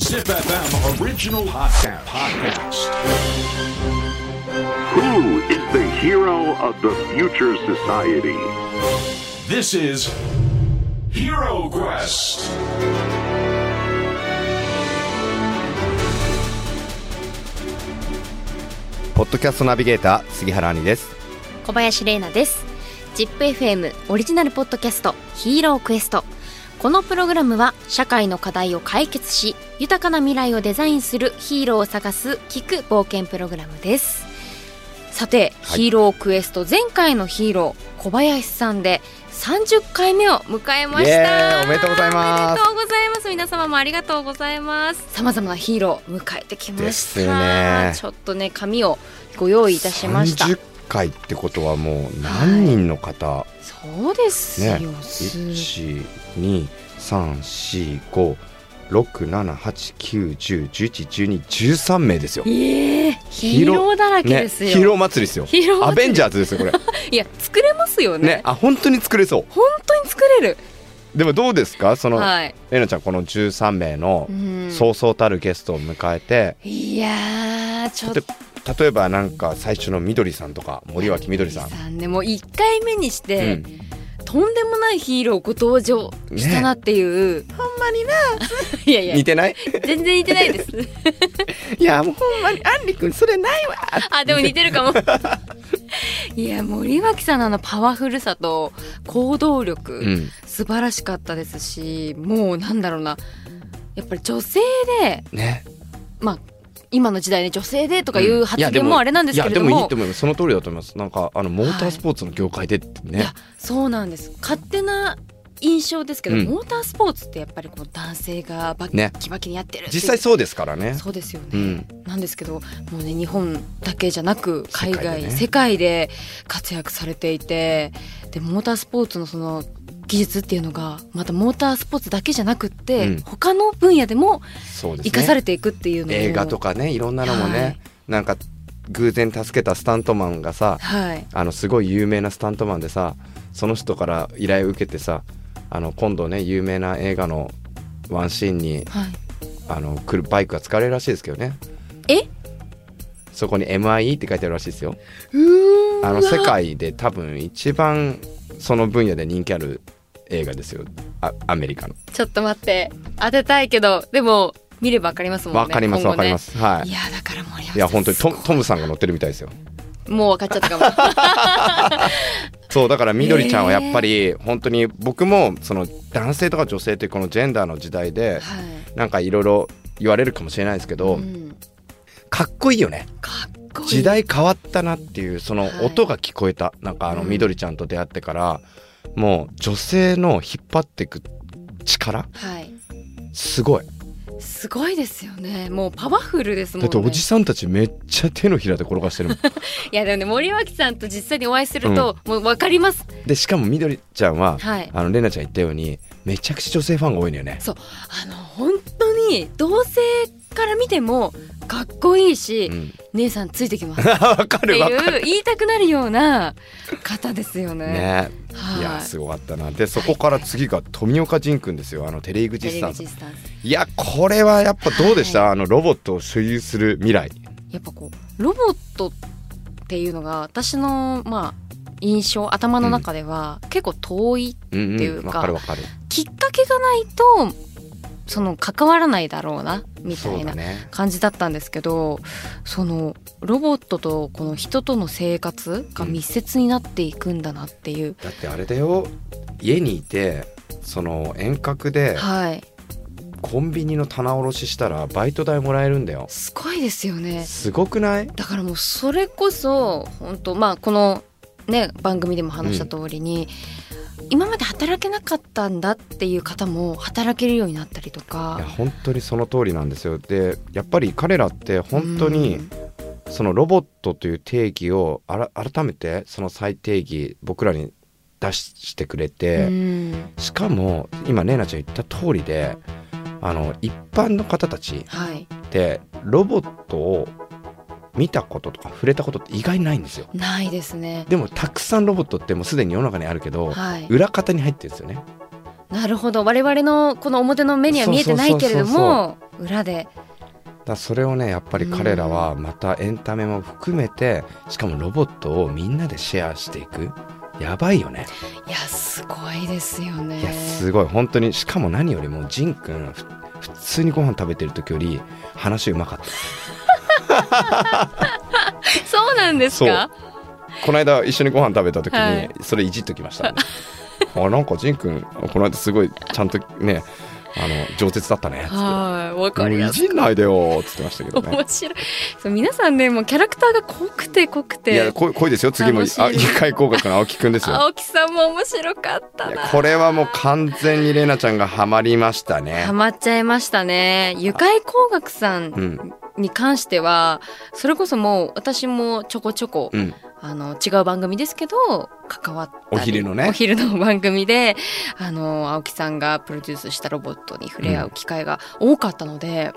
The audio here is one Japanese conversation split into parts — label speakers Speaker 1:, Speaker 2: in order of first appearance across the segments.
Speaker 1: Zip FM original podcast. podcast.
Speaker 2: Who is the hero of the future society?
Speaker 1: This is Hero Quest.
Speaker 3: ポッドキャストナビゲーター杉原兄です。
Speaker 4: 小林玲奈です ZIPFM オリジナルポッドキャスト「ヒーロークエスト」このプログラムは社会の課題を解決し豊かな未来をデザインするヒーローを探す聞く冒険プログラムですさて、
Speaker 3: はい
Speaker 4: ヒーロークエスト前回のヒーロー小林さんで30回目を迎えまし
Speaker 3: イエ
Speaker 4: た
Speaker 3: ーイおめでとうございます
Speaker 4: おめでとうございます皆様もありがとうございますさまざまなヒーローを迎えてきました
Speaker 3: ですね
Speaker 4: ちょっとね紙をご用意いたしました
Speaker 3: 30回ってことはもう何人の方、
Speaker 4: そうですよ、
Speaker 3: ね。
Speaker 4: す
Speaker 3: 一二三四五六七八九十十一十二十三名ですよ。
Speaker 4: ええヒーローだらけですよ、
Speaker 3: ね、ヒーロー祭りですよ。
Speaker 4: ヒーロー祭り
Speaker 3: アベンジャーズですよこれ。
Speaker 4: いや作れますよね
Speaker 3: ねあ本当に作れそ
Speaker 4: 本当に作れる
Speaker 3: う。でもどうですかその、
Speaker 4: はい
Speaker 3: えなちゃんこの十三名の
Speaker 4: うん
Speaker 3: そうそうたるゲストを迎えて。
Speaker 4: いやーちょっと
Speaker 3: で例えばなんか最初のみどりさんとか森脇みどりさん、
Speaker 4: ねもう1回目にし
Speaker 3: う
Speaker 4: て、
Speaker 3: ん、
Speaker 4: とんでもないヒーローご登場したなっていう、ほん まにないやいや
Speaker 3: 似て ない
Speaker 4: 全然似てないです
Speaker 3: いやもうほんまにあんりくんそれないわ
Speaker 4: あでも似てるかも いや森脇さんのあのパワフルさと行動力、
Speaker 3: うん
Speaker 4: 素晴らしかったですしもうなんだろうなやっぱり女性で
Speaker 3: ね
Speaker 4: まあ今の時代ね女性でとかい
Speaker 3: ん
Speaker 4: う発言もあれなんですけれども,、
Speaker 3: いやでもいいと思いますその通りだと思いますなんかあのモータースポーツの業界でってね、
Speaker 4: いやそうなんです勝手な印象ですけど、
Speaker 3: うん
Speaker 4: モータースポーツってやっぱりこう男性がバ
Speaker 3: ね
Speaker 4: ッキバキにやってるっていう
Speaker 3: 実際そうですからね
Speaker 4: そうですよね、
Speaker 3: うん
Speaker 4: なんですけどもうね日本だけじゃなく海
Speaker 3: 世界
Speaker 4: 外世
Speaker 3: で
Speaker 4: 界,、
Speaker 3: ね
Speaker 4: で活躍されていてでモータースポーツのその技術っていうのがまたモータースポーツだけじゃなくって、
Speaker 3: うん
Speaker 4: 他の分野でも
Speaker 3: そうですね
Speaker 4: 生かされていくっていうのを
Speaker 3: 映画とかねいろんなのもね、
Speaker 4: はい
Speaker 3: なんか偶然助けたスタントマンがさ
Speaker 4: はい
Speaker 3: あのすごい有名なスタントマンでさその人から依頼を受けてさあの今度ね有名な映画のワンシーンに
Speaker 4: はい
Speaker 3: あの来るバイクが使われるらしいですけどね
Speaker 4: え
Speaker 3: そこに MIE って書いてあるらしいですよ
Speaker 4: うーん
Speaker 3: あの世界で多分一番その分野で人気ある映画ですよあアメリカの
Speaker 4: ちょっと待って当てたいけどでも見ればわかりますもんね
Speaker 3: わかります
Speaker 4: 今
Speaker 3: わ
Speaker 4: 後
Speaker 3: かり
Speaker 4: ね
Speaker 3: ますはい
Speaker 4: いやだから森脇さん
Speaker 3: いや本当にト
Speaker 4: す
Speaker 3: トムさんが乗ってるみたいですよ
Speaker 4: ごいもう分かっち ゃったかも
Speaker 3: そうだからみどりちゃんはやっぱり本当に僕もその男性とか女性ってこのジェンダーの時代で
Speaker 4: はい
Speaker 3: なんかいろいろ言われるかもしれないですけど、
Speaker 4: うん
Speaker 3: かっこいいよね
Speaker 4: かっこいい
Speaker 3: 時代変わったなっていうその
Speaker 4: はい
Speaker 3: 音が聞こえた、なんかあの
Speaker 4: うん
Speaker 3: みどりちゃんと出会ってから、もう女性の引っ張っていく力
Speaker 4: はい
Speaker 3: すごい
Speaker 4: すごいですよねもうパワフルですも
Speaker 3: だ
Speaker 4: ん
Speaker 3: っ
Speaker 4: ね
Speaker 3: ておじさんたちめっちゃ手のひらで転がして るもん
Speaker 4: いやでもね森脇さんと実際にお会いすると、もう分かります
Speaker 3: でしかもみどりちゃんは、
Speaker 4: はい
Speaker 3: あのれなちゃん言ったようにめちゃくちゃ女性ファンが多いのよね
Speaker 4: そうあの本当に同性から見てもかっこいいし、
Speaker 3: うん
Speaker 4: 姉さんついてきますっ
Speaker 3: わか
Speaker 4: て
Speaker 3: るわかる
Speaker 4: いう言いたくなるような方ですよね
Speaker 3: ね
Speaker 4: はい
Speaker 3: いやすごかったなでそこから次が富岡仁君ですよあのテレイグジスタンス
Speaker 4: テレビジスタンス
Speaker 3: いやこれはやっぱどうでした、あのロボットを所有する未来
Speaker 4: やっぱこうロボットっていうのが私のまあ印象頭の中では結構遠い、
Speaker 3: うんうん
Speaker 4: っていうか
Speaker 3: わかるわかる
Speaker 4: きっかけがないとその関わらないだろうなみた
Speaker 3: そう
Speaker 4: い
Speaker 3: だ
Speaker 4: な
Speaker 3: ね
Speaker 4: 感じだったんですけどそ,、のロボットとこの人との生活が密接になっていくんだなっていう、
Speaker 3: だってあれだよ家にいてその遠隔で
Speaker 4: はい
Speaker 3: コンビニの棚卸ししたらバイト代もらえるんだよ
Speaker 4: すごいですよね
Speaker 3: すごくない
Speaker 4: だからもうそれこそ本当まあこのね番組でも話した通りに、今まで働けなかったんだっていう方も働けるようになったりと
Speaker 3: いや
Speaker 4: か
Speaker 3: 本当にその通りなんですよでやっぱり彼らって本当
Speaker 4: う
Speaker 3: に
Speaker 4: ん
Speaker 3: そのロボットという定義をあら改めてその再定義僕らに出してくれて、
Speaker 4: うん
Speaker 3: しかも今玲奈ちゃん言った通りであの一般の方たち
Speaker 4: はい
Speaker 3: ってロボットを見たこととか触れたことって意外にないんですよ
Speaker 4: ないですね
Speaker 3: でもたくさんロボットってもうすでに世の中にあるけど、
Speaker 4: はい
Speaker 3: 裏方に入ってるんですよね
Speaker 4: なるほど我々のこの表の目には見えてないけれど
Speaker 3: そうそう
Speaker 4: も
Speaker 5: 裏で
Speaker 3: だそれをねやっぱり彼らはまたエンタメも含めてしかもロボットをみんなでシェアしていくやばいよね
Speaker 4: いやすごいですよね
Speaker 3: いやすごい本当にしかも何よりもジンくんふ普通にご飯食べてる時より話うまかった
Speaker 4: そうなんですか
Speaker 3: この間一緒にご飯食べた時に、
Speaker 4: はい
Speaker 3: それいじっときました、ね、あなんかジンくんこの間すごいちゃんとねあの上舌だったねっつって「
Speaker 4: はいわ
Speaker 3: も
Speaker 4: か
Speaker 3: う
Speaker 4: り
Speaker 3: い
Speaker 4: やすい
Speaker 3: じんないでよ」っつってましたけどね
Speaker 4: 面白いそう皆さんねもうキャラクターが濃くて濃く
Speaker 3: いや
Speaker 4: て
Speaker 3: こ濃いですよ次も
Speaker 4: 楽しい
Speaker 3: あ異界工学の青木くんですよ
Speaker 4: 青木さんも面白かった
Speaker 3: い
Speaker 4: な
Speaker 3: やこれはもう完全に玲奈ちゃんがハマりましたね
Speaker 4: ハ。マっちゃいましたね愉快工学さ
Speaker 3: うんん
Speaker 4: に関してはそれこそもう私もちょこちょこ
Speaker 3: うん、
Speaker 4: あの違う番組ですけど関わったり
Speaker 3: お昼のね
Speaker 4: お昼の番組であの青木さんがプロデュースしたロボットに触れ合う機会が多かったので、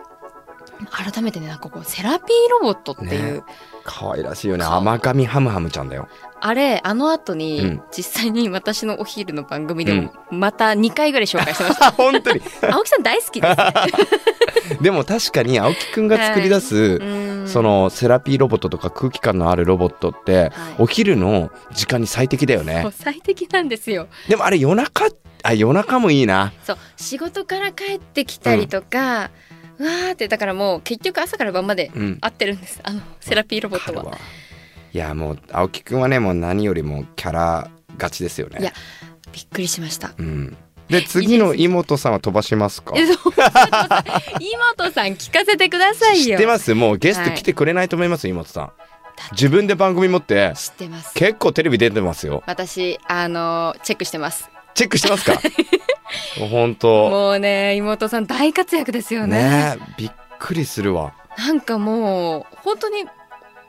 Speaker 4: 改めてねなんかこうセラピーロボットっていう、
Speaker 3: ね可愛らしいよね
Speaker 4: か
Speaker 3: 甘神ハムハムちゃんだよ。
Speaker 4: あれあの後に、
Speaker 3: うん
Speaker 4: 実際に私のお昼の番組でもまた2回ぐらい紹 介してました、
Speaker 3: あ本当に
Speaker 4: 青木さん大好きです、
Speaker 3: でも確かに青木くんが作り出す、
Speaker 4: うん
Speaker 3: そのセラピーロボットとか空気感のあるロボットって、
Speaker 4: はい
Speaker 3: お昼の時間に最適だよ
Speaker 4: も
Speaker 3: ね
Speaker 4: う。最適なんですよ
Speaker 3: でもあれ夜中あ夜中もいいな。
Speaker 4: そう仕事から帰ってきたりとか、うわーってだからもう結局朝から晩まで
Speaker 3: うん
Speaker 4: 会ってるんです、あのセラピーロボット
Speaker 3: 彼
Speaker 4: は
Speaker 3: は。いやもう青木くんはねもう何よりもキャラ勝ちですよ
Speaker 4: い
Speaker 3: ね
Speaker 4: や。びっくりしました
Speaker 3: うん、で次の妹さんは飛ばしますか
Speaker 4: えそう妹さん妹さん聞かせてください
Speaker 3: 知
Speaker 4: よ
Speaker 3: ってますもうゲスト
Speaker 4: はい
Speaker 3: 来てくれないと思います、妹さん自分で番組持って
Speaker 4: 知ってます
Speaker 3: 結構テレビ出てますよ
Speaker 4: 私あのチェックしてます
Speaker 3: チェックしてます か本当
Speaker 4: もうね妹さん大活躍ですよね
Speaker 3: ねえびっくりするわ
Speaker 4: なんかもう本当に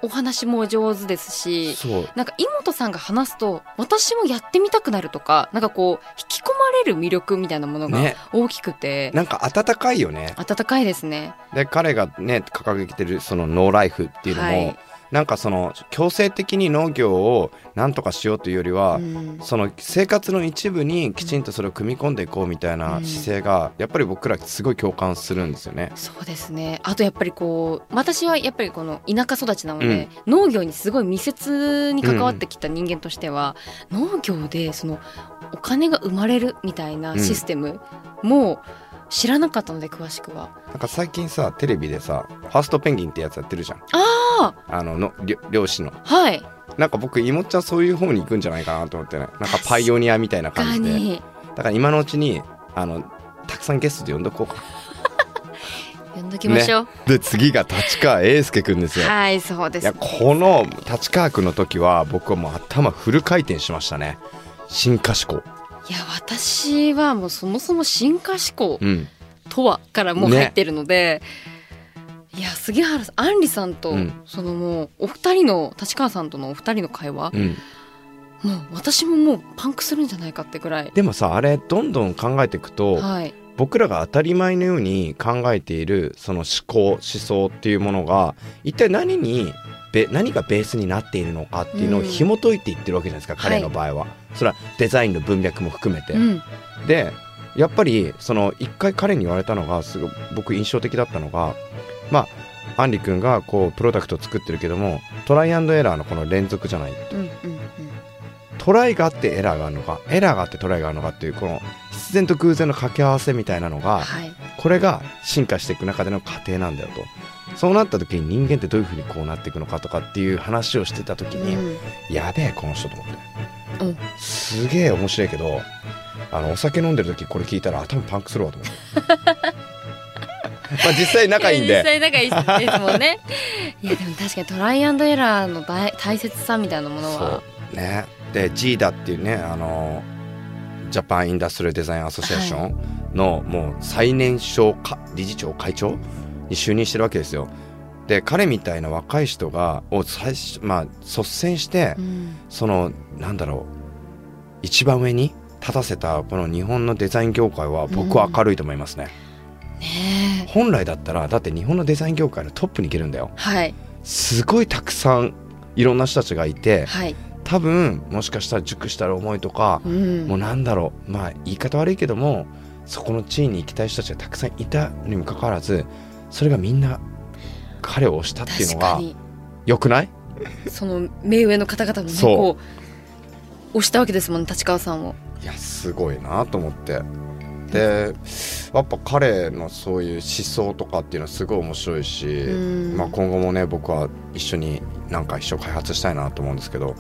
Speaker 4: お話も上手ですし
Speaker 3: そう
Speaker 4: なんか妹さんが話すと私もやってみたくなるとかなんかこう引き込まれる魅力みたいなものが
Speaker 3: ね
Speaker 4: 大きくて、
Speaker 3: なんか温かいよね
Speaker 4: 温かいですね
Speaker 3: で彼がね掲げてるそのノーライフっていうのも、
Speaker 4: はい
Speaker 3: なんかその強制的に農業をなんとかしようというよりは、
Speaker 4: うん
Speaker 3: その生活の一部にきちんとそれを組み込んでいこうみたいな姿勢がやっぱり僕らすごい共感するんですよね。
Speaker 4: そうですねあとやっぱりこう私はやっぱりこの田舎育ちなので、農業にすごい密接に関わってきた人間としては、農業でそのお金が生まれるみたいなシステムも知らなかったので詳しくは。
Speaker 3: なんか最近さテレビでさ「ファーストペンギン」ってやつやってるじゃん
Speaker 4: あ
Speaker 3: あののりょ漁師の
Speaker 4: あはい
Speaker 3: なんか僕妹ちゃんそういう方に行くんじゃないかなと思ってねなんかパイオニアみたいな感
Speaker 4: ガ
Speaker 3: じで
Speaker 4: ニ
Speaker 3: だから今のうちにあのたくさんゲストで呼んどこうか
Speaker 4: 呼んどきましょう、
Speaker 3: で次が立川英介くんですよ
Speaker 4: はいそうで
Speaker 3: い
Speaker 4: す
Speaker 3: やこの立川くんの時は僕はもう頭フル回転しましたね進化思考
Speaker 4: いや私はもうそもそも進化思考
Speaker 3: うん
Speaker 4: とはからもう
Speaker 3: ね
Speaker 4: 入ってるので、いや杉原さん杏里さんと、
Speaker 3: うん
Speaker 4: そのもうお二人の立川さんとのお二人の会話
Speaker 3: う、ん
Speaker 4: もう私ももうパンクするんじゃないかってぐらい、
Speaker 3: でもさあれどんどん考えていくと、
Speaker 4: はい、
Speaker 3: 僕らが当たり前のように考えているその思考思想っていうものが一体何にべ何がベースになっているのかっていうのを
Speaker 4: うん
Speaker 3: 紐解いていってるわけじゃないですか、彼の場合は、それはデザインの文脈も含めて、
Speaker 4: うん、
Speaker 3: でやっぱりその一回彼に言われたのがすごい僕印象的だったのがまあアンリ君がこうプロダクトを作ってるけどもトライアンドエラーのこの連続じゃない
Speaker 4: うんうんうん
Speaker 3: トライがあってエラーがあるのかエラーがあってトライがあるのかっていうこの必然と偶然の掛け合わせみたいなのが
Speaker 4: はい
Speaker 3: これが進化していく中での過程なんだよとそうなった時に人間ってどういうふうにこうなっていくのかとかっていう話をしてた時に、
Speaker 4: うん
Speaker 3: やべえこの人と思って、
Speaker 4: うん
Speaker 3: すげえ面白いけどあのお酒飲んでる時これ聞いたら頭パンクするわと思ってまあ実際仲いいん
Speaker 4: 実
Speaker 3: で
Speaker 4: 際仲いいですもんねいやでも確かにトライアンドエラーの大大切さみたいなもの
Speaker 3: そ
Speaker 4: は
Speaker 3: うねで G だっていうねあのジャパンインダストリアルデザインアソシエーションのもう最年少か理事長会長に就任してるわけですよで彼みたいな若い人がを最初まあ率先して、
Speaker 4: うん
Speaker 3: そのなんだろう一番上に立たせたこの日本のデザイン業界は僕は明るいと思いますね、
Speaker 4: ね
Speaker 3: 本来だったらだって日本のデザイン業界のトップに行けるんだよ
Speaker 4: えはい
Speaker 3: すごいたくさんいろんな人たちがいて
Speaker 4: はい、
Speaker 3: 多分もしかしたら熟したる思いとか、
Speaker 4: うん
Speaker 3: もうなんだろうまあ言い方悪いけどもそこの地位に行きたい人たちがたくさんいたにもかかわらずそれがみんな彼を推したっていう
Speaker 4: 確
Speaker 3: の
Speaker 4: か
Speaker 3: が
Speaker 4: に
Speaker 3: よくない
Speaker 4: その目上の方々もね
Speaker 3: そう
Speaker 4: こう押したわけですもんね立川さんを
Speaker 3: いやすごいなと思ってでやっぱ彼のそういう思想とかっていうのはすごい面白いし、
Speaker 4: うん
Speaker 3: まあ、今後もね僕は一緒になんか一生開発したいなと思うんですけど
Speaker 4: はい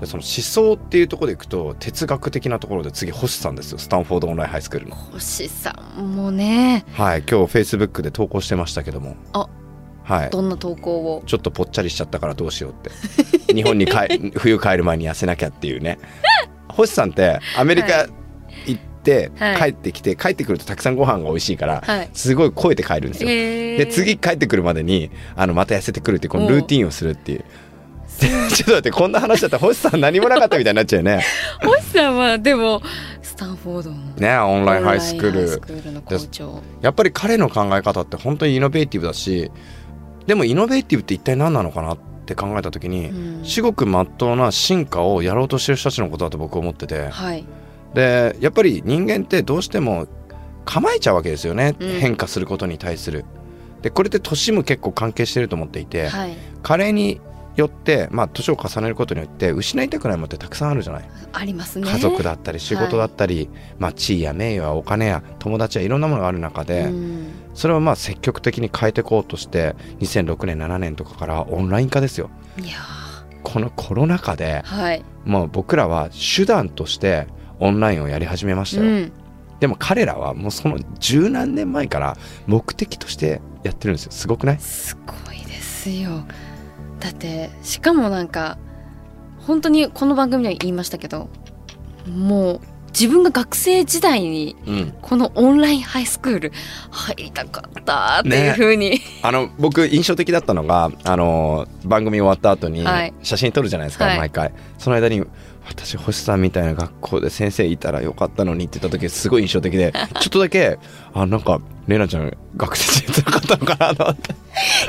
Speaker 3: でその思想っていうところでいくと哲学的なところで次星さんですよスタンフォードオンラインハイスクールの。
Speaker 4: 星さんもね
Speaker 3: はい今日フェイスブックで投稿してましたけども
Speaker 4: あ
Speaker 3: はい、
Speaker 4: どんな投稿を
Speaker 3: ちょっとぽっちゃりしちゃったからどうしようって 日本に帰冬帰る前に痩せなきゃっていうね星さんってアメリ
Speaker 4: は
Speaker 3: カ行って、
Speaker 4: はい
Speaker 3: 帰ってきて帰ってくるとたくさんご飯が美味しいから、
Speaker 4: はい
Speaker 3: すごい超えて帰るんですよ、
Speaker 4: えー
Speaker 3: で次帰ってくるまでにあのまた痩せてくるっていうこのルーティンをするっていう ちょっと待ってこんな話だったら星さん何もなかったみたいになっちゃうよね
Speaker 4: 星さんはでもスタンフォードの
Speaker 3: ねオン
Speaker 4: オン
Speaker 3: ライ
Speaker 4: ライン
Speaker 3: ン
Speaker 4: ハ
Speaker 3: ハ
Speaker 4: イ
Speaker 3: イ
Speaker 4: ス
Speaker 3: ス
Speaker 4: ク
Speaker 3: クール
Speaker 4: ールの校長
Speaker 3: やっぱり彼の考え方って本当にイノベーティブだしでもイノベーティブって一体何なのかなって考えた時に、
Speaker 4: うん
Speaker 3: 至極真っ当な進化をやろうとしてる人たちのことだと僕は思ってて
Speaker 4: はい
Speaker 3: でやっぱり人間ってどうしても構えちゃうわけですよね、
Speaker 4: うん
Speaker 3: 変化することに対する。でこれって年も結構関係してると思っていて、
Speaker 4: はい
Speaker 3: 加齢によって、まあ、年を重ねることによって失いたくないものってたくさんあるじゃない。
Speaker 4: ありますね
Speaker 3: 家族だったり仕事だったり、まあ、地位や名誉やお金や友達やいろんなものがある中で、
Speaker 4: うん
Speaker 3: それをまあ積極的に変えていこうとして2006年7年とかからオンライン化ですよ
Speaker 4: いや
Speaker 3: このコロナ禍で
Speaker 4: ーはい
Speaker 3: もう僕らは手段としてオンラインをやり始めました
Speaker 4: う
Speaker 3: よ、
Speaker 4: ん
Speaker 3: でも彼らはもうその十何年前から目的としてやってるんですよすごくない
Speaker 4: すごいですよだってしかもなんか本当にこの番組では言いましたけどもう自分が学生時代に
Speaker 3: うん
Speaker 4: このオンラインハイスクール入りたかったっていう
Speaker 3: ね
Speaker 4: ふうに、
Speaker 3: あの僕印象的だったのがあの番組終わった後に
Speaker 4: はい
Speaker 3: 写真撮るじゃないですか、
Speaker 4: はい
Speaker 3: 毎回その間に私星さんみたいな学校で先生いたらよかったのにって言った時すごい印象的 でちょっとだけあなんか玲奈ちゃん学生時代辛かったのかなと思って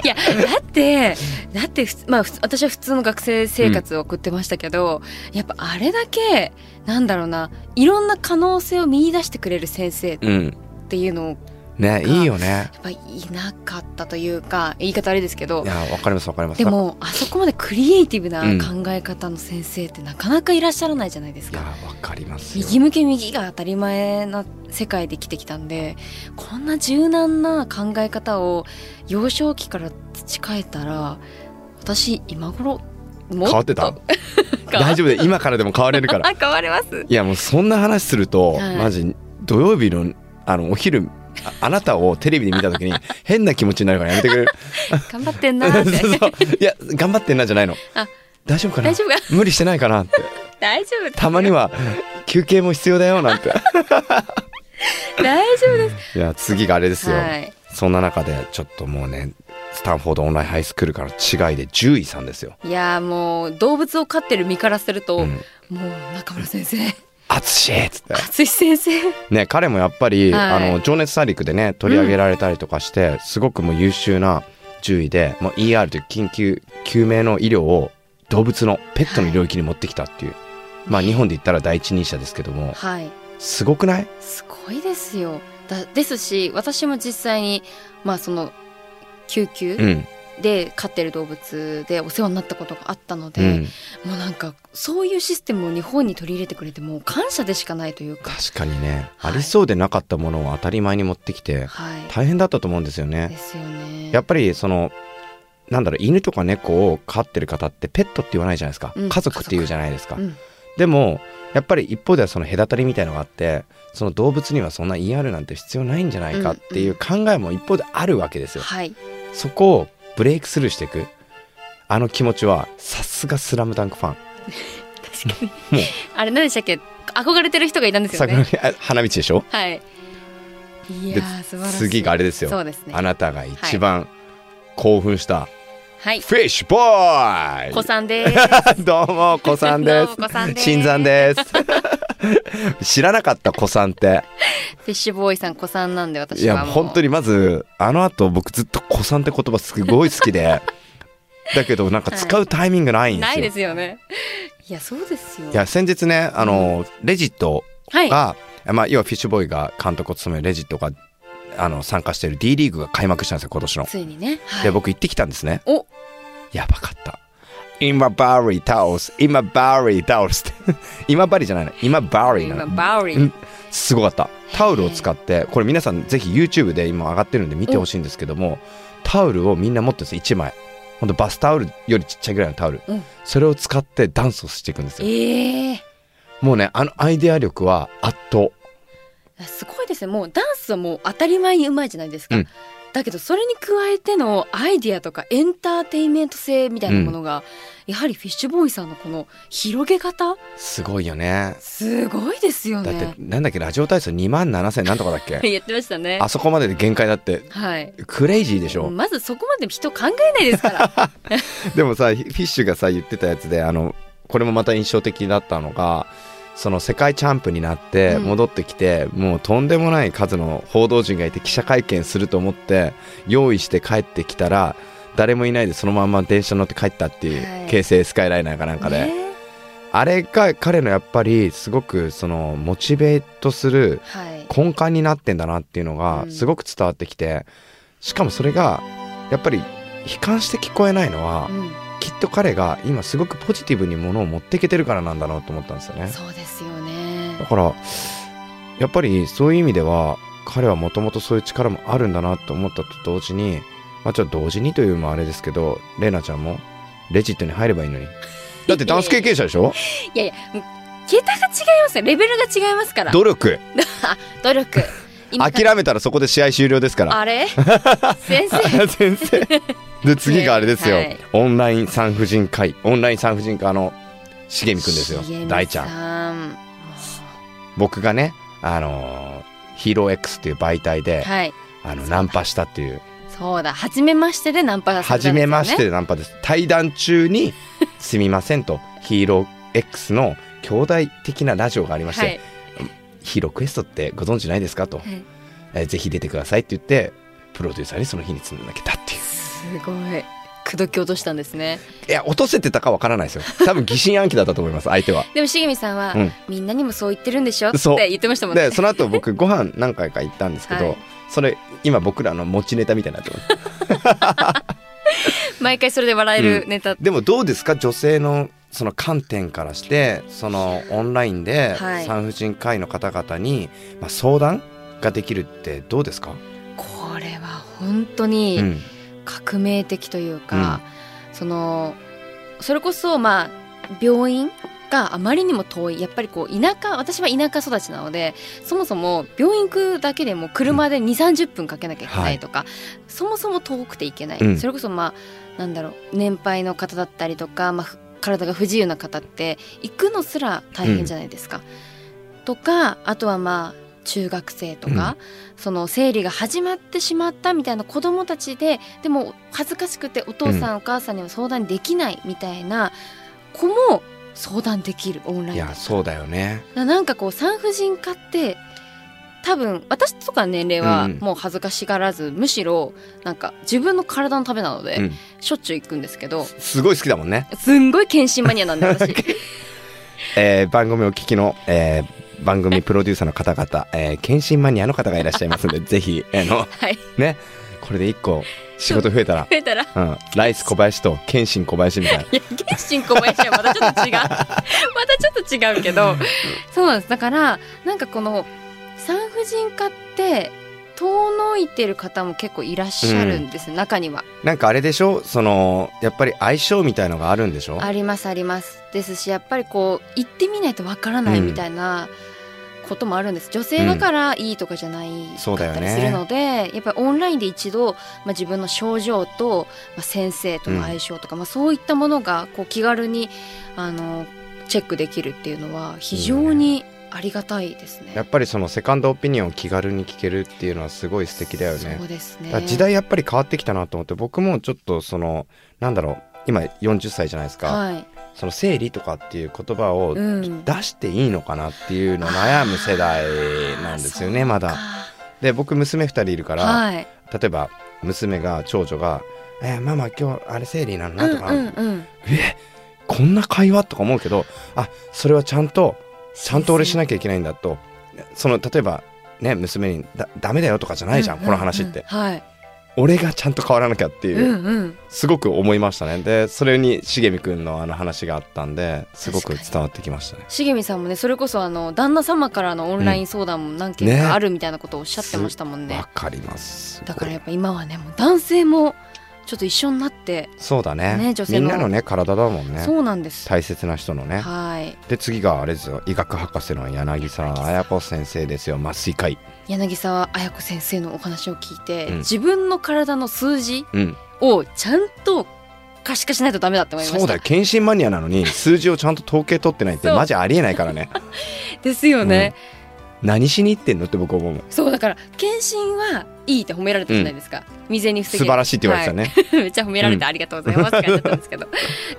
Speaker 4: いやだってだってふつまあふつ私は普通の学生生活を送ってましたけど、やっぱあれだけなんだろうないろんな可能性を見出してくれる先生っ
Speaker 3: うん
Speaker 4: ていうのをや
Speaker 3: ねいいよね
Speaker 4: っぱいなかったというか言い方あれですけど
Speaker 3: いやわかりますわかります
Speaker 4: でもあそこまでクリエイティブな
Speaker 3: うん
Speaker 4: 考え方の先生ってなかなかいらっしゃらないじゃないです
Speaker 3: いや
Speaker 4: か。
Speaker 3: わかりますよ
Speaker 4: 右向け右が当たり前な世界で生きてきたんでこんな柔軟な考え方を幼少期から培えたら私今頃も
Speaker 3: 変わってた 大丈夫で今からでも変われるから
Speaker 4: あ変わります
Speaker 3: いやもうそんな話すると、
Speaker 4: はい
Speaker 3: マジ土曜日のあのお昼ああなたをテレビで見た 時に変な気持ちになるからやめてくれる
Speaker 4: 頑張ってんなーって
Speaker 3: そうそういや頑張ってんなじゃないの
Speaker 4: あ
Speaker 3: 大丈夫かな
Speaker 4: 大丈夫
Speaker 3: 無理してないかなって
Speaker 4: 大丈夫
Speaker 3: たまには休憩も必要だよなん て
Speaker 4: 大丈夫です
Speaker 3: いや次があれですよ、
Speaker 4: はい
Speaker 3: そんな中でちょっともうねスタンフォードオンラインハイスクールからの違いで獣医さんですよ
Speaker 4: いやーもう動物を飼ってる身からすると、
Speaker 3: うん
Speaker 4: もう中村先生
Speaker 3: 「あつし!」っつって
Speaker 4: 淳先生
Speaker 3: ね、彼もやっぱり、
Speaker 4: はい
Speaker 3: あの情熱大陸でね取り上げられたりとかして、すごくもう優秀な獣医でもう ER という緊急救命の医療を動物のペットの領域に持ってきたっていう、まあ日本で言ったら第一人者ですけども
Speaker 4: はい
Speaker 3: すごくない
Speaker 4: すごいですよだですし私も実際にまあその救
Speaker 3: う
Speaker 4: 急
Speaker 3: ん、
Speaker 4: で飼ってる動物でお世話になったことがあったの
Speaker 3: う
Speaker 4: で、
Speaker 3: ん、
Speaker 4: もうなんかそういうシステムを日本に取り入れてくれてもう感謝でしかないというか
Speaker 3: 確かにね、
Speaker 4: はい
Speaker 3: ありそうでなかったものを当たり前に持ってきて
Speaker 4: はい
Speaker 3: 大変だったと思うんですよ
Speaker 4: で
Speaker 3: ね。
Speaker 4: すよね
Speaker 3: やっぱりそのなんだろう犬とか猫を飼ってる方ってペットって言わないじゃないですか、
Speaker 4: うん
Speaker 3: 家族って言うじゃないですか
Speaker 4: う。ん
Speaker 3: でもやっぱり一方ではその隔たりみたいのがあってその動物にはそんな ER なんて必要ないんじゃないかっていう考えも一方であるわけですよ。
Speaker 4: はい
Speaker 3: そこをブレイクスルーしていくあの気持ちはさすが「スラムダンクファン
Speaker 4: 確かにあれ何でしたっけ憧れてる人がいたんですよ
Speaker 3: 桜
Speaker 4: ね
Speaker 3: 木あ花道でしょ
Speaker 4: はいいや
Speaker 3: で
Speaker 4: ー素晴らしい
Speaker 3: 次があれですよ
Speaker 4: そうですね
Speaker 3: あなたが一番興奮した
Speaker 4: はい
Speaker 3: フィッシュボーイ
Speaker 4: 子さんです
Speaker 3: どうも、子さんです
Speaker 4: どうも子さん。です
Speaker 3: 新山です。 知らなかった子さんって。
Speaker 4: フィッシュボーイさん子さんなんで
Speaker 3: い
Speaker 4: 私は
Speaker 3: や、
Speaker 4: もう
Speaker 3: 本当にまず、あの後僕ずっと子さんって言葉すごい好き で、だけどなんか使うタイミングないんですよ。
Speaker 4: ないいですよねいやそうですよ
Speaker 3: や、先日ね、あの、レジット
Speaker 4: はい
Speaker 3: が、まあ、要はフィッシュボーイが監督を務めるレジットがあの参加している D リーグが開幕したんですよ今年の。
Speaker 4: ついにね、はい
Speaker 3: で僕行ってきたんですね。
Speaker 4: お
Speaker 3: やばかった。今バーリータオス今バーリータオスって 今バリじゃないの今バーリーな
Speaker 4: 今
Speaker 3: の。
Speaker 4: バウリ
Speaker 3: う
Speaker 4: ー
Speaker 3: んすごかったタオルを使ってこれ皆さんぜひ YouTube で今上がってるんで見てほしいんですけどもタオルをみんな持ってるんです1枚ほんとバスタオルよりちっちゃいぐらいのタオル、
Speaker 4: うん
Speaker 3: それを使ってダンスをしていくんですよ
Speaker 4: ええ
Speaker 3: もうねあのアイデア力は圧倒
Speaker 4: すごいですねもうダンスはもう当たり前にうまいじゃないですか、
Speaker 3: うん
Speaker 4: だけどそれに加えてのアイディアとかエンターテインメント性みたいなものが、やはりフィッシュボーイさんのこの広げ方
Speaker 3: すごいよね
Speaker 4: すごいですよ
Speaker 3: だって
Speaker 4: ね
Speaker 3: なんだっけラジオ体操2万7000なんとかだっ け
Speaker 4: やってましたね
Speaker 3: あそこまでで限界だって
Speaker 4: はい
Speaker 3: クレイジーでしょ
Speaker 4: まずそこまで人考えないですから
Speaker 3: でもさフィッシュがさ言ってたやつであのこれもまた印象的だったのがその世界チャンプになって
Speaker 4: うん
Speaker 3: 戻ってきて、もうとんでもない数の報道陣がいて記者会見すると思って用意して帰ってきたら誰もいないでそのまま電車乗って帰ったっていう、
Speaker 4: はい
Speaker 3: 京成スカイライナーかなんかで、
Speaker 4: ね
Speaker 3: あれが彼のやっぱりすごくそのモチベートする
Speaker 4: はい
Speaker 3: 根幹になってんだなっていうのが
Speaker 4: うん
Speaker 3: すごく伝わってきて、しかもそれがやっぱり悲観して聞こえないのは、
Speaker 4: うん
Speaker 3: きっと彼が今すごくポジティブにものを持っていけてるからなんだなと思ったんですよね
Speaker 4: そうですよね
Speaker 3: だからやっぱりそういう意味では彼はもともとそういう力もあるんだなと思ったと同時にまあちょっと同時にというのもあれですけどレイナちゃんもレジットに入ればいいの にだってダンス経験者でしょ
Speaker 4: いやいやもう桁が違いますよレベルが違いますから
Speaker 3: 努力
Speaker 4: 努力今から
Speaker 3: 諦めたらそこで試合終了ですから
Speaker 4: あれ先生
Speaker 3: 先生で次があれですよ、
Speaker 4: はい
Speaker 3: オンライン産婦人科医オンライン産婦人科のしげみくんですよ大ちゃん
Speaker 4: ん。
Speaker 3: 僕がねあのーヒーロー X っていう媒体で、
Speaker 4: はい。
Speaker 3: あの
Speaker 4: そうだ
Speaker 3: ナンパしたっていう
Speaker 4: そうだ。初めましてでナンパがされた
Speaker 3: 初
Speaker 4: んです
Speaker 3: め
Speaker 4: よね
Speaker 3: まして。でナンパです対談中に 「すみません」とヒーロー X の兄弟的なラジオがありまして「
Speaker 4: はい。
Speaker 3: ヒーロークエストってご存知ないですか?」と、
Speaker 4: い
Speaker 3: えーぜひ出てください」って言ってプロデューサーにその日につなげたっていう
Speaker 4: すごい。口説き落としたんですね。
Speaker 3: いや落とせてたかわからないですよ多分疑心暗鬼だったと思います 相手は
Speaker 4: でもしげみさんは、
Speaker 3: うん
Speaker 4: みんなにもそう言ってるんでしょっ
Speaker 3: そう
Speaker 4: て言ってましたもんね
Speaker 3: で。その後僕ご飯何回か行ったんですけど、
Speaker 4: はい
Speaker 3: それ今僕らの持ちネタみたいになってます
Speaker 4: 毎回それで笑える
Speaker 3: う
Speaker 4: ネタ。
Speaker 3: でもどうですか女性のその観点からしてそのオンラインで
Speaker 4: はい
Speaker 3: 産婦人科医の方々に、まあ、相談ができるってどうですか、
Speaker 4: これは本当
Speaker 3: う
Speaker 4: に
Speaker 3: ん
Speaker 4: 革命的というか、そのそれこそまあ病院があまりにも遠いやっぱりこう田舎私は田舎育ちなのでそもそも病院行くだけでも車で2 3 0分かけなきゃいけないとか、そもそも遠くて行けない、
Speaker 3: うん
Speaker 4: それこそまあなんだろう年配の方だったりとか、まあ、ふ体が不自由な方って行くのすら大変じゃないですか。とかあとはまあ中学生とか、その生理が始まってしまったみたいな子供たちででも恥ずかしくてお父さん、お母さんには相談できないみたいな子も相談できるオンライン
Speaker 3: い
Speaker 4: で
Speaker 3: やそうだよね
Speaker 4: ななんかこう産婦人科って多分私とかの年齢は
Speaker 3: うん
Speaker 4: もう恥ずかしがらず、むしろなんか自分の体のためなので、
Speaker 3: うん
Speaker 4: しょっちゅう行くんですけど
Speaker 3: すごい好きだもんね、
Speaker 4: すんごい検診マニアなん で私
Speaker 3: えー番組をお聞きの、えー番組プロデューサーの方々、えー、検診マニアの方がいらっしゃいますので ぜひあの
Speaker 4: はい
Speaker 3: ねこれで一個仕事増えた ら、
Speaker 4: 増えたら
Speaker 3: うん、ライス小林と検診小林みたいない
Speaker 4: や原神小林はまたちょっと違うまたちょっと違うけど そうなんですだからなんかこの産婦人科って遠のいてる方も結構いらっしゃるんです、中には
Speaker 3: なんかあれでしょそのやっぱり相性みたいのがあるんでしょ
Speaker 4: ありますありますですしやっぱりこう行ってみないとわからないみたいなこともあるんです、女性だからいいとかじゃないか
Speaker 3: そうだよ
Speaker 4: っ
Speaker 3: ね
Speaker 4: たりするので、やっぱりオンラインで一度、まあ、自分の症状と、まあ、先生との相性とか、まあ、そういったものがこう気軽にあのチェックできるっていうのは非常にありがたいですね。
Speaker 3: やっぱりそのセカンドオピニオンを気軽に聞けるっていうのはすごい素敵だよね
Speaker 4: そう。ですね
Speaker 3: だから時代やっぱり変わってきたなと思って僕もちょっとそのなんだろう今40歳じゃないですか、
Speaker 4: はい、
Speaker 3: その生理とかっていう言葉を出
Speaker 4: うん
Speaker 3: していいのかなっていうのを悩む世代なんですよねまだ。
Speaker 4: あ
Speaker 3: で僕娘2人いるから、
Speaker 4: はい、
Speaker 3: 例えば娘が長女が「えーママ今日あれ生理なの
Speaker 4: う
Speaker 3: な」
Speaker 4: ん
Speaker 3: とか、
Speaker 4: うんうん、
Speaker 3: えこんな会話とか思うけどあそれはちゃんとちゃんと俺しなきゃいけないんだとその例えばね娘にだ「ダメだよ」とかじゃないじゃん、この話って、
Speaker 4: はい。
Speaker 3: 俺がちゃんと変わらなきゃっていうう、
Speaker 4: んうん。
Speaker 3: すごく思いましたねでそれにしげみくんのあの話があったんですごく
Speaker 4: 確かに
Speaker 3: 伝わってきましたね
Speaker 4: しげみさんもねそれこそあの旦那様からのオンライン相談も何件
Speaker 3: ね
Speaker 4: かあるみたいなことをおっしゃってましたもんね。
Speaker 3: わかります
Speaker 4: だからやっぱ今はねもう男性もちょっと一緒になって、
Speaker 3: そうだね
Speaker 4: ね女性
Speaker 3: み
Speaker 4: の
Speaker 3: んなのね体だもんね
Speaker 4: そうなんです。
Speaker 3: 大切な人のね
Speaker 4: はい。
Speaker 3: で次があれですよ医学博士の柳沢綾子先生ですよ麻酔科医
Speaker 4: 柳沢彩子先生のお話を聞いて、
Speaker 3: うん
Speaker 4: 自分の体の数字
Speaker 3: うん
Speaker 4: をちゃんと可視化しないとダメだって思いました。
Speaker 3: そうだよ検診マニアなの に数字をちゃんと統計取ってないって
Speaker 4: そう
Speaker 3: マジありえないから ね
Speaker 4: ですよね。
Speaker 3: 何しに行ってんのって僕思うもん
Speaker 4: そうだから検診はいいって褒められたじゃないですか、未然に防
Speaker 3: 素
Speaker 4: げ
Speaker 3: 晴らしいって言われてたね、
Speaker 4: はい めっちゃ褒められてありがとうございますって感じだったんですけど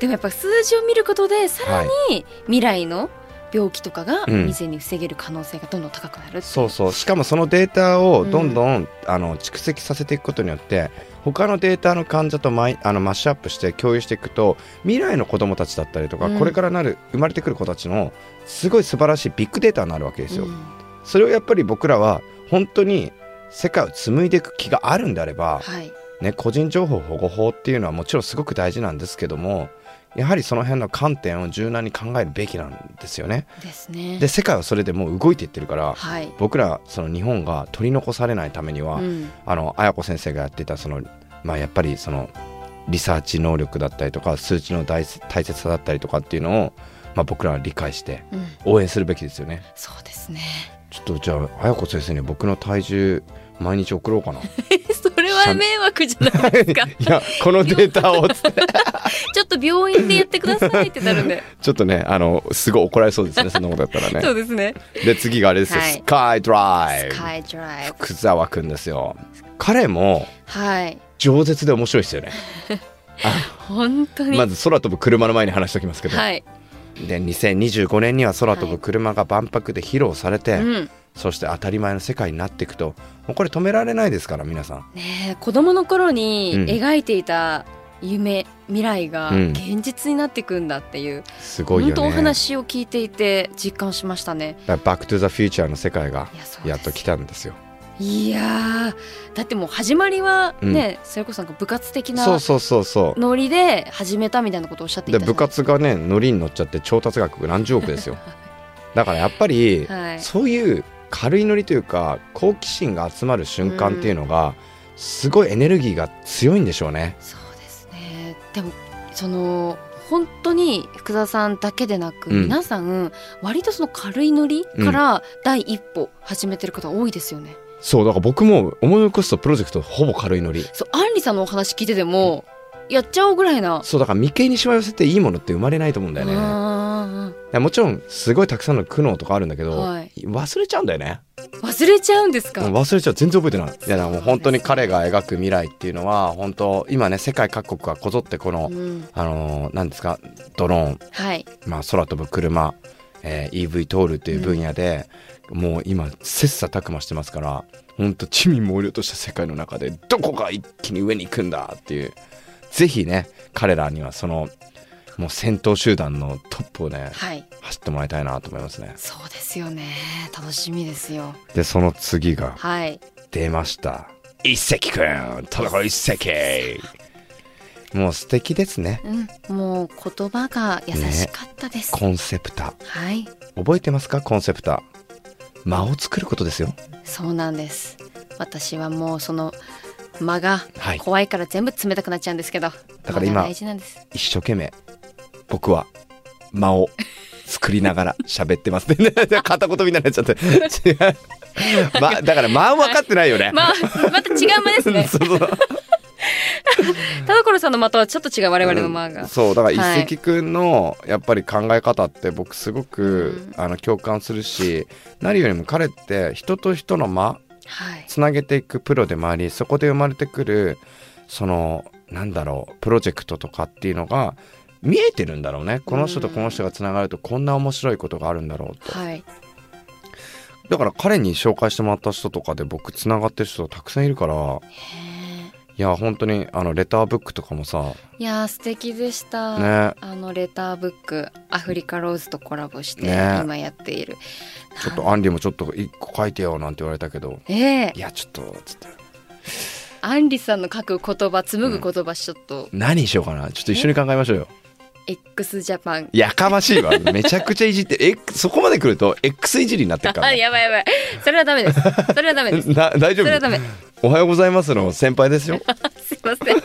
Speaker 4: でもやっぱ数字を見ることでさ
Speaker 3: はい
Speaker 4: らに未来の病気とかが
Speaker 3: うん
Speaker 4: 未然に防げる可能性がどんどん高くなる、
Speaker 3: そうそうしかもそのデータをどんどん、あの蓄積させていくことによって他のデータの患者とマイあのマッシュアップして共有していくと未来の子どもたちだったりとか、
Speaker 4: うん
Speaker 3: これからなる生まれてくる子たちのすごい素晴らしいビッグデータになるわけですよ、
Speaker 4: うん
Speaker 3: それをやっぱり僕らは本当に世界を紡いでいく気があるんであれば、
Speaker 4: はい
Speaker 3: ね、個人情報保護法っていうのはもちろんすごく大事なんですけどもやはりその辺の観点を柔軟に考えるべきなんですよね。
Speaker 4: ですね
Speaker 3: で世界はそれでもう動いていってるから
Speaker 4: はい、
Speaker 3: 僕らその日本が取り残されないためには、
Speaker 4: うん
Speaker 3: あの綾子先生がやってたその、まあ、やっぱりそのリサーチ能力だったりとか数値の大切大切さだったりとかっていうのを、まあ、僕らは理解して
Speaker 4: うん
Speaker 3: 応援するべきですよね。
Speaker 4: そうですね
Speaker 3: ちょっとじゃあ綾子先生に僕の体重毎日送ろう かな。
Speaker 4: それは迷惑じゃないですか
Speaker 3: いやこのデータをつって
Speaker 4: ちょっと病院でやってくださいってなるん で
Speaker 3: ちょっとねあのすごい怒られそう ですねそんなことだったら
Speaker 4: そう
Speaker 3: ね。
Speaker 4: ですね
Speaker 3: で次があれですよ、
Speaker 4: はい
Speaker 3: スカイドライブ
Speaker 4: スカイドライブ
Speaker 3: 福沢くんですよ。彼も
Speaker 4: はい
Speaker 3: 饒舌で面白い ですよね。
Speaker 4: 本当に、
Speaker 3: まず空飛ぶ車の前に話しておきますけど、
Speaker 4: はい、
Speaker 3: で2025年には空飛ぶ車が万博で披露されて、
Speaker 4: うん
Speaker 3: そして当たり前の世界になっていくともうこれ止められないですから皆さん。
Speaker 4: ねえ子供の頃に
Speaker 3: うん
Speaker 4: 描いていた夢、未来が
Speaker 3: うん
Speaker 4: 現実になっていくんだっていう、
Speaker 3: すごい
Speaker 4: 本
Speaker 3: よ
Speaker 4: 当お
Speaker 3: ね。だか
Speaker 4: 話を聞いていて実感しましたね
Speaker 3: らバック・トゥ・ザ・フューチャーの世界が
Speaker 4: いやそうです
Speaker 3: やっと来たんですよ。
Speaker 4: いやーだってもう始まりはね、それこそなんか部活的
Speaker 3: そ
Speaker 4: な
Speaker 3: うそうそうそう。
Speaker 4: ノリで始めたみたいなことをおっしゃってい
Speaker 3: で
Speaker 4: たじゃ
Speaker 3: 部
Speaker 4: ない
Speaker 3: 活が ねノリに乗っちゃって調達額が何十億ですよだからやっぱり、
Speaker 4: はい
Speaker 3: そういう軽いノリというか好奇心が集まる瞬間っていうのが、すごいエネルギーが強いんでしょうね
Speaker 4: そうですねでもその本当に福澤さんだけでなく、
Speaker 3: うん
Speaker 4: 皆さん割とその軽いノリから第一歩始めてる方多いですよね、
Speaker 3: そうだから僕も思い起こすとプロジェクトほぼ軽いノリ
Speaker 4: そうアンリさんのお話聞いててもやっちゃおうぐらいな。
Speaker 3: そうだから眉間にしわ寄せていいものって生まれないと思うんだよねだか
Speaker 4: あ
Speaker 3: らもちろんすごいたくさんの苦悩とかあるんだけ
Speaker 4: ー
Speaker 3: ど、
Speaker 4: はい、
Speaker 3: 忘れちゃうんだよね
Speaker 4: 忘れちゃうんですか。
Speaker 3: 忘れちゃう全然覚えてないいやだからもう本当に
Speaker 4: そうで
Speaker 3: 彼が描く未来っていうのは本当今ね世界各国がこぞってこの、
Speaker 4: うん、
Speaker 3: あのーなんですかドローン
Speaker 4: はい、
Speaker 3: まあ、空飛ぶ車、えー EV トールという分野で、もう今切磋琢磨してますから本当地味猛量とした世界の中でどこが一気に上に行くんだっていうぜひね彼らにはそのもう先頭集団のトップをね
Speaker 4: はい、
Speaker 3: 走ってもらいたいなと思いますね
Speaker 4: そうですよね。楽しみですよ。
Speaker 3: でその次が
Speaker 4: はい、
Speaker 3: 出ました一石くん田中一石もう素敵ですね
Speaker 4: うん、もう言葉が優しかったです。
Speaker 3: コンセプタ
Speaker 4: はい、
Speaker 3: 覚えてますかコンセプタ間を作ることですよ
Speaker 4: そうなんです。私はもうその間が
Speaker 3: はい
Speaker 4: 怖いから全部冷たくなっちゃうんですけど、
Speaker 3: だから今
Speaker 4: 間が大事なんです。
Speaker 3: 一生懸命僕は間を作りながら喋ってますね 片言みたいになっちゃって違う、ま、だから間分かってないよね、。
Speaker 4: まあ、また違う間です ね
Speaker 3: そうそう
Speaker 4: 田所さんの間とはちょっと違う我々の間が。
Speaker 3: そうだから
Speaker 4: はい
Speaker 3: 一石くんのやっぱり考え方って僕すごく、あの共感するし何よりも彼って人と人の間
Speaker 4: はい、
Speaker 3: つなげていくプロでもありそこで生まれてくるそのなんだろうプロジェクトとかっていうのが見えてるんだろうねこの人とこの人がつながるとこんな面白いことがあるんだろうと、
Speaker 4: はい、
Speaker 3: だから彼に紹介してもらった人とかで僕つながってる人たくさんいるから
Speaker 4: へー
Speaker 3: いや本当にあのレターブックとかもさ
Speaker 4: いやー素敵でした、
Speaker 3: ね
Speaker 4: あのレターブックアフリカローズとコラボして
Speaker 3: ね
Speaker 4: 今やっている、
Speaker 3: ちょっとアンリもちょっと一個書いてよなんて言われたけど
Speaker 4: ええ
Speaker 3: いやちょっとつって
Speaker 4: アンリさんの書く言葉紡ぐ言葉ちょっと、
Speaker 3: 何にしようかなちょっと一緒に考えましょうよ
Speaker 4: x ジャパン
Speaker 3: やかましいわめちゃくちゃいじってえそこまで来ると X いじりになってるから
Speaker 4: あ
Speaker 3: ね、
Speaker 4: やばいやばいそれはダ メですそれはダメです
Speaker 3: な大丈
Speaker 4: それはダ
Speaker 3: 夫
Speaker 4: メ
Speaker 3: おはようございますの先輩です よ
Speaker 4: すいません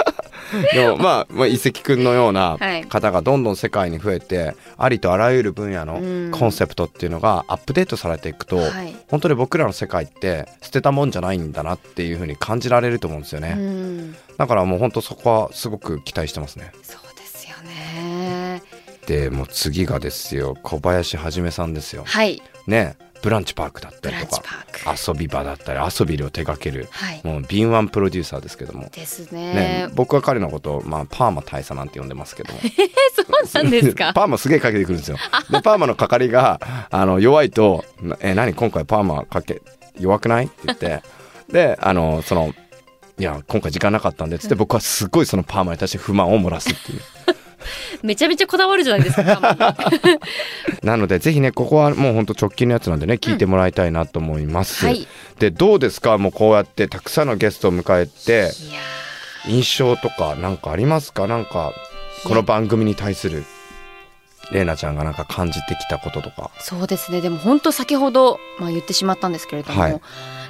Speaker 3: でもまあ、まあ、遺跡くんのような
Speaker 4: はい
Speaker 3: 方がどんどん世界に増えてありとあらゆる分野
Speaker 4: う
Speaker 3: の
Speaker 4: ん
Speaker 3: コンセプトっていうのがアップデートされていくと、
Speaker 4: はい
Speaker 3: 本当に僕らの世界って捨てたもんじゃないんだなっていうふうに感じられると思うんですよね、
Speaker 4: うん
Speaker 3: だからもう本当そこはすごく期待してますね
Speaker 4: そうですよね
Speaker 3: でもう次がですよ小林はじめさんですよ
Speaker 4: はい
Speaker 3: ねブランチパークだった
Speaker 4: ブ
Speaker 3: り
Speaker 4: ラン
Speaker 3: と
Speaker 4: チ
Speaker 3: か
Speaker 4: パーク
Speaker 3: 遊び場だったり遊びを手掛ける
Speaker 4: はい
Speaker 3: もう敏腕プロデューサーですけども
Speaker 4: ですね
Speaker 3: ね、僕は彼のことを、まあ、パーマ大佐なんて呼んでますけども
Speaker 4: えそうなんですか
Speaker 3: パーマすげえかけてくるんですよでパーマの係があの弱いと「え何今回パーマかけ弱くない?」って言ってであのその「いや今回時間なかったんで」っつって僕はすごいそのパーマに対して不満を漏らすっていう
Speaker 4: めちゃめちゃこだわるじゃないですかカモン
Speaker 3: なのでぜひねここはもうほんと直近のやつなんでね聞いてもらいたいなと思います、
Speaker 4: はい
Speaker 3: でどうですかもうこうやってたくさんのゲストを迎えて
Speaker 4: いや
Speaker 3: 印象とかなんかありますかなんかこの番組に対する玲奈ちゃんがなんか感じてきたこととか
Speaker 4: そうですねでも本当先ほど、まあ、言ってしまったんですけれども、
Speaker 3: はい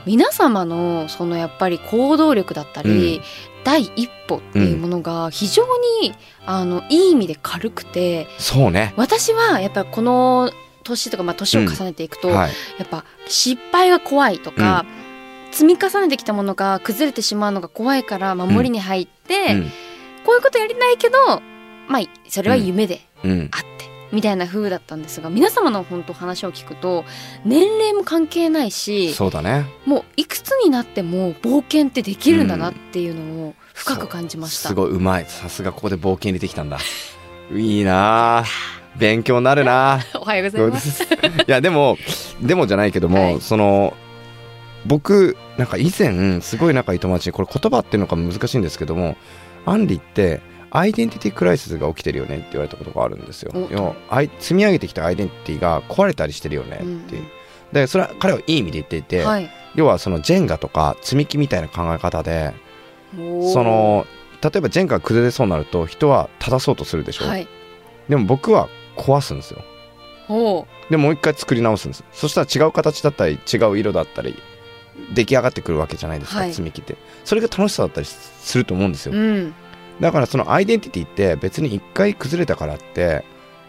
Speaker 4: 皆様のそのやっぱり行動力だったり、第一歩っていうものが非常に、あのいい意味で軽くて
Speaker 3: そうね
Speaker 4: 私はやっぱりこの年とか、まあ、年を重ねていくと、や
Speaker 3: はい
Speaker 4: っぱ失敗が怖いとか、積み重ねてきたものが崩れてしまうのが怖いから守りに入っ
Speaker 3: う
Speaker 4: て、
Speaker 3: ん
Speaker 4: こういうことやりたいけどまあそれは夢で
Speaker 3: うん
Speaker 4: あってみたいな風だったんですが皆様の本当話を聞くと年齢も関係ないし
Speaker 3: そうだね
Speaker 4: もういくつになっても冒険ってできるんだなっていうのを深く感じました、
Speaker 3: すごいうまいさすがここで冒険入れてきたんだいいなあ勉強になるなあ
Speaker 4: おはようございます
Speaker 3: いやでもでもじゃないけども、
Speaker 4: はい
Speaker 3: その僕なんか以前すごい仲いい友達にこれ言葉っていうのが難しいんですけどもアンリってアイデンティティクライシスが起きてるよねって言われたことがあるんですよ
Speaker 4: お。
Speaker 3: 要はあい積み上げてきたアイデンティティが壊れたりしてるよねっていう。
Speaker 4: うん
Speaker 3: でそれは彼はいい意味で言っていて、
Speaker 4: はい
Speaker 3: 要はそのジェンガとか積み木みたいな考え方で
Speaker 4: おー
Speaker 3: その例えばジェンガが崩れそうになると人は正そうとするでしょ、
Speaker 4: はい
Speaker 3: でも僕は壊すんですよ。
Speaker 4: おー
Speaker 3: でもう一回作り直すんですそしたら違う形だったり違う色だったり出来上がってくるわけじゃないですか、
Speaker 4: はい
Speaker 3: 積み木ってそれが楽しさだったりすると思うんですよ、
Speaker 4: うん
Speaker 3: だからそのアイデンティティって別に一回崩れたからって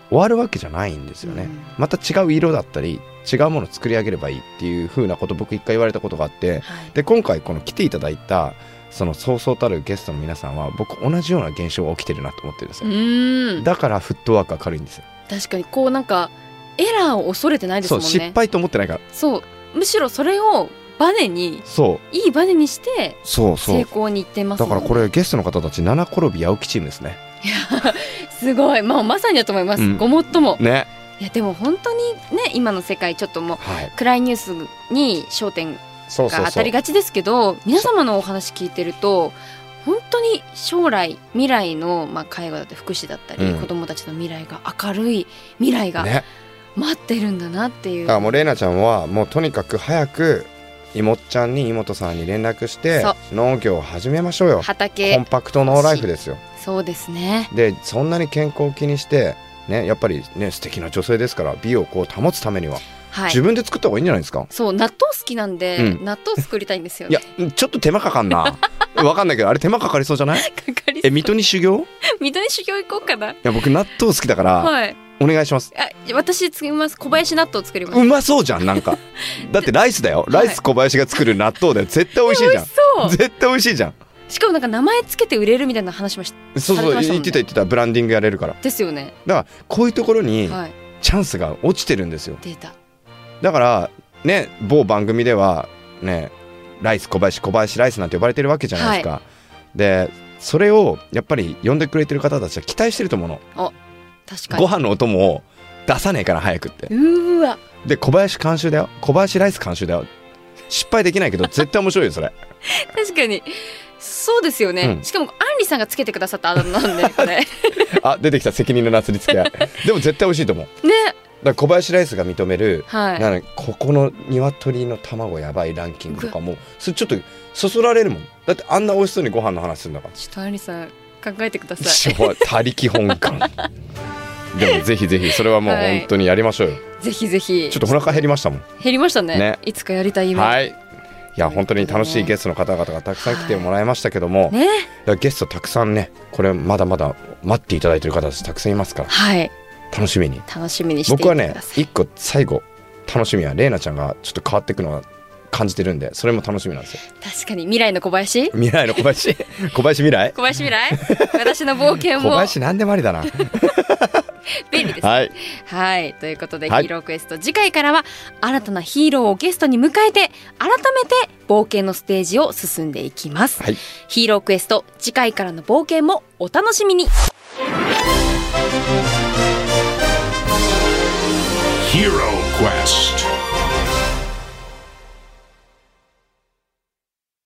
Speaker 3: 終わるわけじゃないんですよね、
Speaker 4: うん
Speaker 3: また違う色だったり違うものを作り上げればいいっていう風なこと僕一回言われたことがあって
Speaker 4: はい
Speaker 3: で今回この来ていただいたそのそうそうたるゲストの皆さんは僕同じような現象が起きてるなと思ってるんです
Speaker 4: う
Speaker 3: よ、
Speaker 4: ーん
Speaker 3: だからフットワークは軽いんですよ
Speaker 4: 確かにこうなんかエラーを恐れてないです
Speaker 3: そ
Speaker 4: もん
Speaker 3: う
Speaker 4: ね
Speaker 3: 失敗と思ってないから
Speaker 4: そうむしろそれをバネに
Speaker 3: そう
Speaker 4: いいバネにして
Speaker 3: そうそう
Speaker 4: 成功にいってます
Speaker 3: だ
Speaker 4: もん
Speaker 3: からこれゲストの方たち七転び八起きチームですね。
Speaker 4: すごいまあまさにだと思います、
Speaker 3: うん
Speaker 4: ごもっとも
Speaker 3: ね。
Speaker 4: いやでも本当にね今の世界ちょっともう
Speaker 3: はい。
Speaker 4: 暗いニュースに焦点
Speaker 3: そうそうそ
Speaker 4: が
Speaker 3: う。
Speaker 4: 当たりがちですけど皆様のお話聞いてると本当に将来未来の、まあ、介護だって福祉だったり、
Speaker 3: うん
Speaker 4: 子どもたちの未来が明るい未来が
Speaker 3: ね。
Speaker 4: 待ってるんだなってい
Speaker 3: だ
Speaker 4: う、
Speaker 3: からもう玲奈ちゃんはもうとにかく早く妹ちゃんに妹さんに連絡して
Speaker 4: そう
Speaker 3: 農業を始めましょうよ。コン
Speaker 4: 畑
Speaker 3: パクトノーライフですよ。
Speaker 4: そうですね
Speaker 3: でそんなに健康を気にして。ね、やっぱりね素敵な女性ですから美をこう保つためには、
Speaker 4: はい
Speaker 3: 自分で作った方がいいんじゃないですか
Speaker 4: そう納豆好きなんで、
Speaker 3: うん
Speaker 4: 納豆作りたいんですよ
Speaker 3: い
Speaker 4: ね
Speaker 3: やちょっと手間かかん なわかんないけどあれ手間かかりそうじゃない
Speaker 4: かかりそ
Speaker 3: え
Speaker 4: う
Speaker 3: 水戸に修行い
Speaker 4: 水戸に修行行こうかな
Speaker 3: や僕納豆好きだから、
Speaker 4: はい
Speaker 3: お願いします
Speaker 4: あ私作ります小林納豆作ります
Speaker 3: うまそうじゃんなん かだってライスだよライス小林が作る納豆だよ絶対美味しいじゃん
Speaker 4: そう
Speaker 3: 絶対美味しいじゃん
Speaker 4: しかもなんか名前つけて売れるみたいな話もし
Speaker 3: そう
Speaker 4: さ
Speaker 3: そ
Speaker 4: れて
Speaker 3: う
Speaker 4: ました
Speaker 3: 言
Speaker 4: も
Speaker 3: っ
Speaker 4: んね
Speaker 3: てた言ってたブランディングやれるから
Speaker 4: ですよね。
Speaker 3: だからこういうところに
Speaker 4: はい。
Speaker 3: チャンスが落ちてるんですよ
Speaker 4: データ。
Speaker 3: だからね某番組ではねライス小林小林ライスなんて呼ばれてるわけじゃないですか、でそれをやっぱり呼んでくれてる方たちは期待してると思うの、
Speaker 4: 確
Speaker 3: ご
Speaker 4: かに。
Speaker 3: 飯のお供を出さねえから早くって
Speaker 4: うーわ。
Speaker 3: で小林監修だよ小林ライス監修だよ失敗できないけど絶対面白いよそれ
Speaker 4: 確かに。そうですよね、
Speaker 3: うん
Speaker 4: しかもアンリさんがつけてくださったあだ名なんでこれね
Speaker 3: あ出てきた責任のなすりつけ 合いでも絶対美味しいと思うだから小林ライスが認める、
Speaker 4: はい
Speaker 3: なんかここの鶏の卵やばいランキングとかもそれちょっとそそられるもんだってあんな美味しそうにご飯の話するんだから
Speaker 4: ちょっとアンリさん考えてください
Speaker 3: ちょ他力 本願でもぜひぜひそれはもう
Speaker 4: はい
Speaker 3: 本当にやりましょうよ、
Speaker 4: ぜひぜひ
Speaker 3: ちょっとお腹減りましたもん
Speaker 4: 減りましたね
Speaker 3: ね
Speaker 4: いつかやりたい今、
Speaker 3: はいいや本当に楽しいゲストの方々がたくさん来てもらいましたけども、
Speaker 4: ね
Speaker 3: いやゲストたくさんねこれまだまだ待っていただいてる方たちたくさんいますから
Speaker 4: はい
Speaker 3: 楽しみに
Speaker 4: 楽しみにしていて
Speaker 3: 僕は
Speaker 4: ください
Speaker 3: ね一個最後楽しみは玲奈ちゃんがちょっと変わっていくのは感じてるんでそれも楽しみなんですよ
Speaker 4: 確かに未来の小林
Speaker 3: 未来の小 林小林未来
Speaker 4: 小林未来私の冒険
Speaker 3: 小
Speaker 4: も
Speaker 3: 林何でもありだな
Speaker 4: 便利で す
Speaker 3: はい
Speaker 4: はいということで「ヒ
Speaker 3: はい
Speaker 4: ーロークエスト」次回からは新たなヒーローをゲストに迎えて改めて冒険のステージを進んでいきます、
Speaker 3: はい
Speaker 4: ヒーロークエスト次回からの冒険もお楽しみに
Speaker 1: Hero Quest.